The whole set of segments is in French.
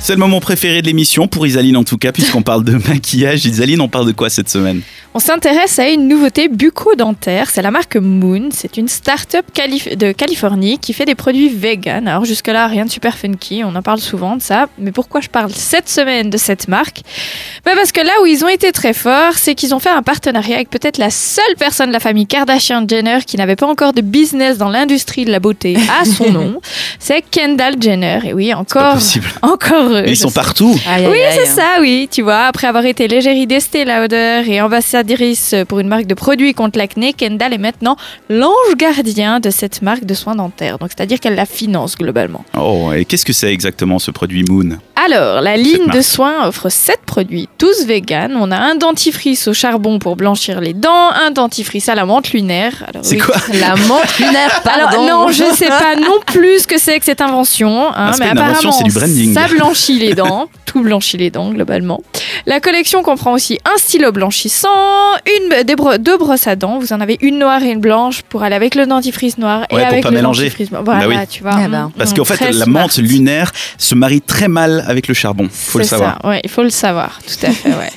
C'est le moment préféré de l'émission pour Isaline en tout cas, puisqu'on parle de maquillage. Isaline, on parle de quoi cette semaine On s'intéresse à une nouveauté bucco-dentaire. C'est la marque Moon. C'est une start-up calif- de Californie qui fait des produits vegan. Alors jusque-là, rien de super funky. On en parle souvent de ça. Mais pourquoi je parle cette semaine de cette marque bah Parce que là où ils ont été très forts, c'est qu'ils ont fait un partenariat avec peut-être la seule personne de la famille Kardashian-Jenner qui n'avait pas encore de business dans l'industrie de la beauté à son nom. C'est Kendall Jenner. Et oui, encore. Possible. Encore eux. Mais ils je sont sais. partout. Aïe, aïe, Oui, aïe. Eh, c'est hein. ça, oui. Tu vois, après avoir été légère idée Lauder et ambassadrice euh, pour une marque de produits contre l'acné, Kendall est maintenant l'ange gardien de cette marque de soins dentaires. Donc, c'est-à-dire qu'elle la finance globalement. Oh, et qu'est-ce que c'est exactement ce produit Moon Alors, la Cette ligne de marque. soins offre 7 produits, tous vegan. On a un dentifrice au charbon pour blanchir les dents, un dentifrice à la menthe lunaire. Alors, C'est oui, quoi La menthe lunaire, pardon. Alors non, je sais pas non plus ce que c'est que cette invention, hein, Ah, c'est mais pas une invention, apparemment c'est du branding. ça blanchit les dents, tout blanchit les dents globalement. La collection comprend aussi un stylo blanchissant, une des bro- deux brosses à dents, vous en avez une noire et une blanche pour aller avec le dentifrice noir et Ouais, pour avec pas le mélanger. dentifrice blanc. Voilà, Bah oui. tu vois. Ah Mm, bah. Parce mm, qu'en fait, très la smart. menthe lunaire se marie très mal avec le charbon. Faut le C'est savoir. Ça, ouais, il faut le savoir, tout à fait. ouais.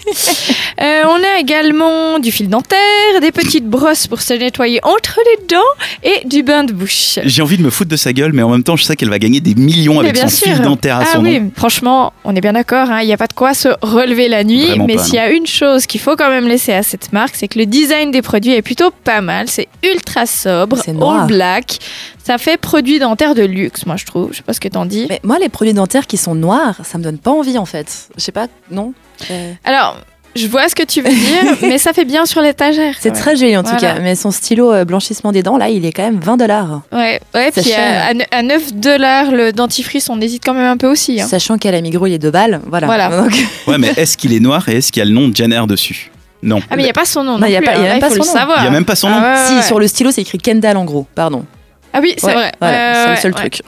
Euh, on a également du fil dentaire, des petites brosses pour se nettoyer entre les dents et du bain de bouche. J'ai envie de me foutre de sa gueule, mais en même temps, je sais qu'elle va gagner des millions Mais avec son bien fil sûr. dentaire à Ah son nom. oui, franchement, on est bien d'accord, hein, il n'y a pas de quoi se relever la nuit, Vraiment mais pas, s'il y a une chose qu'il faut quand même laisser à cette marque, c'est que le design des produits est plutôt pas mal, c'est ultra sobre, C'est all noir. black, ça fait produit dentaire de luxe, moi je trouve, je sais pas ce que t'en dis. Mais moi, les produits dentaires qui sont noirs, ça me donne pas envie en fait. Je sais pas, non. Euh, Alors, je vois ce que tu veux dire, mais ça fait bien sur l'étagère. C'est quand très joli en tout Voilà. cas. Mais son stylo euh, blanchissement des dents, là, il est quand même 20 dollars. même. Ouais, ouais C'est puis cher. à, à ne- à 9 dollars le dentifrice, on hésite quand même un peu aussi. hein. Sachant qu'à la Migros, il est 2 balles. Voilà. Voilà. Donc, Ouais, mais est-ce qu'il est noir et est-ce qu'il y a le nom de Jenner dessus Non. Ah mais il n'y a pas son nom, Non, non il y a plus, pas- il y a hein, même là, pas faut son le nom. savoir. Il n'y a même pas son nom. Ah ouais, ouais, ouais. si, sur le stylo, c'est écrit Kendall en gros. Pardon. Ah oui, c'est Ouais, vrai. Voilà, Ouais, c'est ouais, le seul ouais. truc.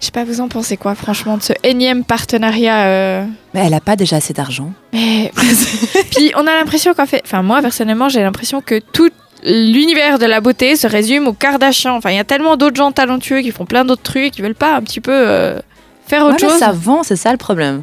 Je sais pas, vous en pensez quoi, franchement, de ce énième partenariat euh, Mais elle a pas déjà assez d'argent. Mais. Puis on a l'impression qu'en fait. Enfin, moi, personnellement, j'ai l'impression que tout l'univers de la beauté se résume aux Kardashian. Enfin, il y a tellement d'autres gens talentueux qui font plein d'autres trucs, qui veulent pas un petit peu euh, faire Ouais, autre mais chose. ça vend, c'est ça le problème.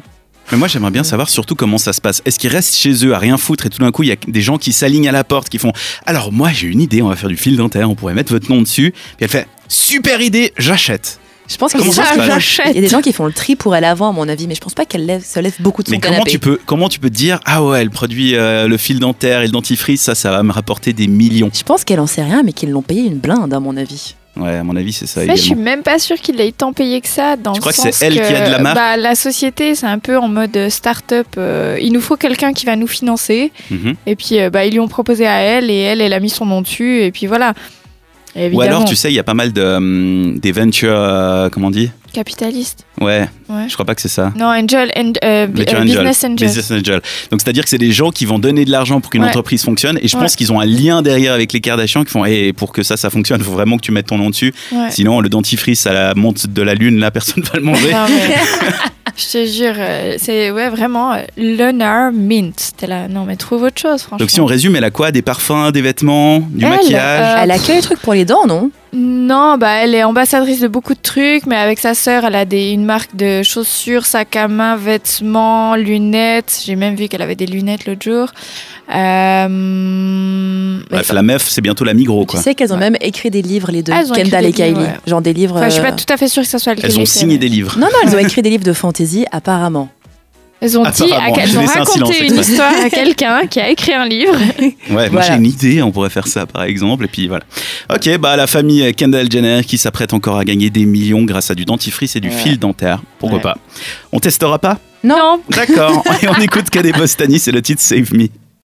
Mais moi, j'aimerais bien savoir surtout comment ça se passe. Est-ce qu'ils restent chez eux à rien foutre et tout d'un coup, il y a des gens qui s'alignent à la porte qui font Alors, moi, j'ai une idée, on va faire du fil dentaire, on pourrait mettre votre nom dessus. Puis elle fait Super idée, j'achète. Je pense Comment qu'il y ça a des se gens- passe J'achète. il y a des gens qui font le tri pour aller avant, à mon avis. Mais je pense pas qu'elle lève- se lève beaucoup de son Mais comment canapé. tu, peux, comment tu peux te dire Ah ouais, le produit, euh, le fil dentaire et le dentifrice, ça, ça va me rapporter des millions Je pense qu'elle en sait rien, mais qu'ils l'ont payé une blinde, à mon avis. Ouais, à mon avis, c'est ça Ça, je suis également. même pas sûre qu'il ait tant payé que ça. Dans Tu le crois que sens c'est elle qui a de la que, marque bah, La société, c'est un peu en mode euh, start-up. euh, il nous faut quelqu'un qui va nous financer. Mhm. Et puis, euh, bah, ils lui ont proposé à elle, et elle, elle a mis son nom dessus. Et puis voilà. Et Ou Évidemment, alors, tu sais, il y a pas mal de, hum, des ventures, euh, comment on dit capitaliste. Ouais, Ouais. je crois pas que c'est ça. Non, angel, and, euh, bi- Venture euh, angel. business angel. Business angel. Donc c'est-à-dire que c'est des gens qui vont donner de l'argent pour qu'une Ouais. entreprise fonctionne et je Ouais. pense qu'ils ont un lien derrière avec les Kardashians qui font et pour que ça ça fonctionne, faut vraiment que tu mettes ton nom dessus. Ouais. Sinon le dentifrice à la monte de la lune, là personne va le manger. Non, mais- je te jure, euh, c'est ouais, vraiment euh, Lunar Mint. T'es là, non, mais trouve autre chose, franchement. Donc si on résume, elle a quoi Des parfums, des vêtements, du Elle, maquillage. euh, Elle a que les trucs pour les dents, non Non, bah, elle est ambassadrice de beaucoup de trucs, mais avec sa sœur, elle a des, une marque de chaussures, sac à main, vêtements, lunettes. J'ai même vu qu'elle avait des lunettes l'autre jour. Euh... Bref, la meuf, c'est bientôt la Migros Tu quoi. sais qu'elles ont même écrit des livres, les deux, Ah, elles ont écrit Kendall des et Kylie. livres, ouais. Genre des livres. Enfin, je suis euh, pas tout à fait sûre que ça soit le Elles ont signé des livres. Non, non, elles ont écrit des livres de fantasy, apparemment. Elles ont dit, à- Apparemment, elles j'ai ont laissé un silence raconté une exprès. histoire à quelqu'un qui a écrit un livre. Ouais, moi Voilà. j'ai une idée, on pourrait faire ça par exemple, et puis voilà. Ok, bah la famille Kendall Jenner qui s'apprête encore à gagner des millions grâce à du dentifrice et du fil dentaire, pourquoi Ouais. pas On testera pas non. D'accord, et on écoute Cadet Bostani, c'est le titre Save Me.